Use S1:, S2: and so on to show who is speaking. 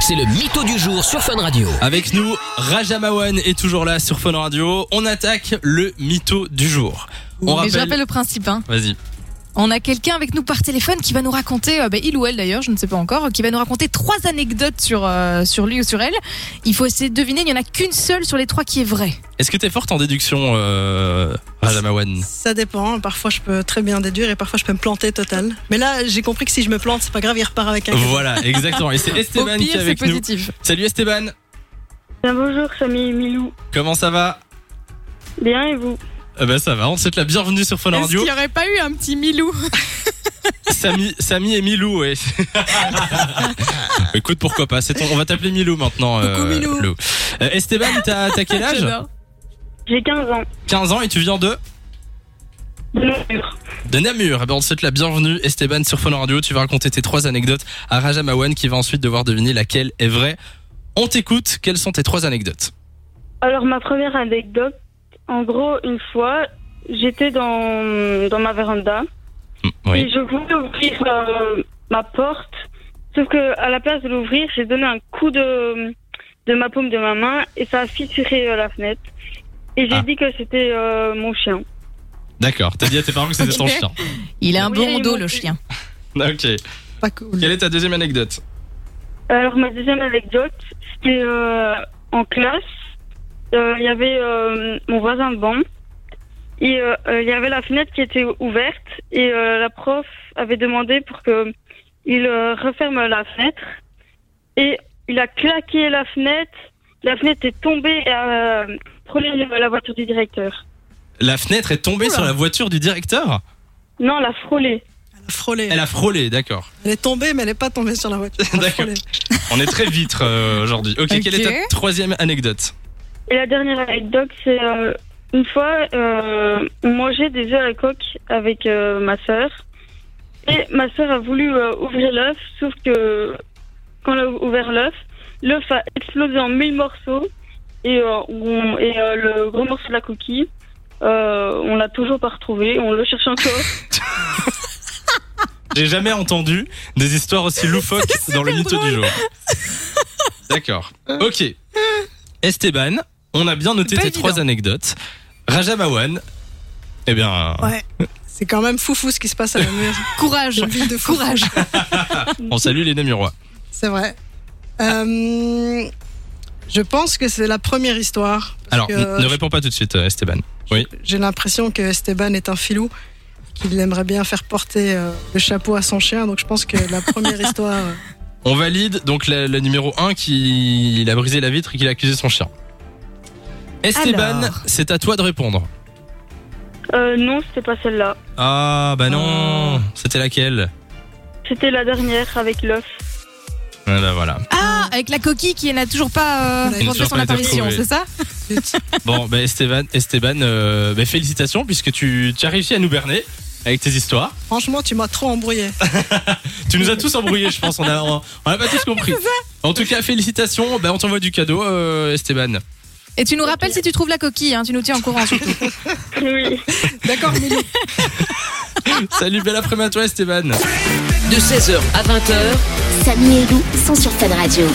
S1: c'est le mytho du jour sur Fun Radio.
S2: Avec nous, Raja Mawan est toujours là sur Fun Radio. On attaque le mytho du jour. On
S3: Mais je
S2: rappelle.
S3: rappelle le principe. hein.
S2: Vas-y.
S3: On a quelqu'un avec nous par téléphone qui va nous raconter, euh, bah, il ou elle d'ailleurs, je ne sais pas encore, euh, qui va nous raconter trois anecdotes sur, euh, sur lui ou sur elle. Il faut essayer de deviner, il n'y en a qu'une seule sur les trois qui est vraie.
S2: Est-ce que t'es forte en déduction, euh, Raja Mawan
S4: Ça dépend. Parfois, je peux très bien déduire et parfois, je peux me planter total. Mais là, j'ai compris que si je me plante, c'est pas grave, il repart avec un.
S2: Voilà, exactement. Et c'est
S3: Au
S2: Esteban qui est
S3: pire, c'est
S2: avec nous.
S3: positif.
S2: Salut Esteban,
S5: Bien, bonjour, Samy et Milou.
S2: comment ça va
S5: Bien et vous
S2: Eh ben ça va, on te souhaite la bienvenue sur Fun
S3: Est-ce qu'il
S2: Radio.
S3: n'y aurait pas eu un petit Milou
S2: Samy, Samy et Milou, ouais. Écoute, pourquoi pas. C'est ton- On va t'appeler Milou maintenant.
S3: Coucou, Milou.
S2: Lou. Euh, Esteban, t'as t'as quel âge
S3: J'adore.
S5: J'ai 15 ans.
S2: 15 ans et tu viens de
S5: De Namur.
S2: de Namur. Eh ben, on te souhaite la bienvenue, Esteban, sur Fun Radio. Tu vas raconter tes trois anecdotes à Raja Mawan qui va ensuite devoir deviner laquelle est vraie. On t'écoute. Quelles sont tes trois anecdotes
S5: Alors, ma première anecdote, en gros, une fois, j'étais dans, dans ma véranda
S2: Hmm,
S5: et je voulais ouvrir euh, ma porte. Sauf que, à la place de l'ouvrir, j'ai donné un coup de, de ma paume de ma main et ça a fissuré euh, la fenêtre. Et j'ai
S2: Ah.
S5: dit que c'était euh, mon chien.
S2: D'accord. T'as dit à tes parents que c'était ton
S3: Ok.
S2: chien.
S3: Il a un
S5: Oui,
S3: bon
S5: il
S3: dos,
S5: m'a
S3: le
S5: dit.
S3: chien.
S2: Ok.
S4: Pas cool.
S2: Quelle est ta deuxième anecdote
S5: Alors, ma deuxième anecdote, c'était euh, en classe. Euh, Il y avait euh, mon voisin de banc. Et euh, euh, il y avait la fenêtre qui était ouverte. Et euh, la prof avait demandé pour que il euh, referme la fenêtre. Et il a claqué la fenêtre. La fenêtre est tombée et a euh, frôlé la voiture du directeur.
S2: La fenêtre est tombée
S3: Oula.
S2: sur la voiture du directeur.
S5: Non, l'a frôlé.
S4: Elle a frôlé.
S2: Elle a frôlé, d'accord.
S4: Elle est tombée, mais elle est pas tombée sur la voiture. Elle a
S2: D'accord.
S4: frôlé.
S2: On est très vite euh, aujourd'hui. ok, quelle est ta
S3: Ok.
S2: troisième anecdote
S5: Et la dernière anecdote, c'est euh, une fois, euh, on mangeait des œufs à la coque avec euh, ma sœur. Et ma sœur a voulu euh, ouvrir l'œuf, sauf que quand elle a ouvert l'œuf, l'œuf a explosé en mille morceaux. Et, euh, on- et, euh, le gros morceau de la coquille, euh, on l'a toujours pas retrouvé. On le cherche encore.
S2: J'ai jamais entendu des histoires aussi loufoques dans le mytho du jour. D'accord. Ok. Esteban, on a bien noté
S3: Pas
S2: tes
S3: évident.
S2: trois anecdotes. Raja Mawan, eh bien,
S4: Ouais. C'est quand même foufou ce qui se passe à Namur.
S3: Courage,
S4: Ville de fou.
S3: courage.
S2: on salue les Namurois.
S4: C'est vrai. Euh, je pense que c'est la première histoire. parce
S2: Alors,
S4: que
S2: n- ne réponds pas tout de suite, euh, Esteban. Oui.
S4: J'ai l'impression que Esteban est un filou. Qu'il aimerait bien faire porter euh, le chapeau à son chien, donc je pense que la première histoire. euh,
S2: On valide donc le, le numéro 1 qui il a brisé la vitre et qu'il a accusé son chien. Esteban,
S3: Alors.
S2: c'est à toi de répondre.
S5: Euh, non, c'était pas celle-là.
S2: Ah, bah non, c'était laquelle
S5: C'était la dernière avec l'œuf.
S2: Voilà, voilà.
S3: Ah, avec la coquille qui n'a toujours pas euh,
S4: Elle n'a
S3: fait
S2: toujours
S3: son
S2: pas été
S3: apparition,
S2: retrouvée.
S3: c'est ça
S2: Bon, bah Esteban, Esteban euh, bah, félicitations puisque tu, tu as réussi à nous berner avec tes histoires.
S4: Franchement, tu m'as trop embrouillé.
S2: Tu nous as tous embrouillés, je pense. On a, on, on a pas tous compris. En tout cas, félicitations. Bah, on t'envoie du cadeau, euh, Esteban.
S3: Et tu nous rappelles si tu trouves la coquille, hein, tu nous tiens en courant surtout.
S5: Oui.
S4: D'accord, Milou
S2: Salut, belle après-midi à toi, Esteban.
S1: De 16h à 20h,
S6: Samy et Lou sont sur Fan Radio.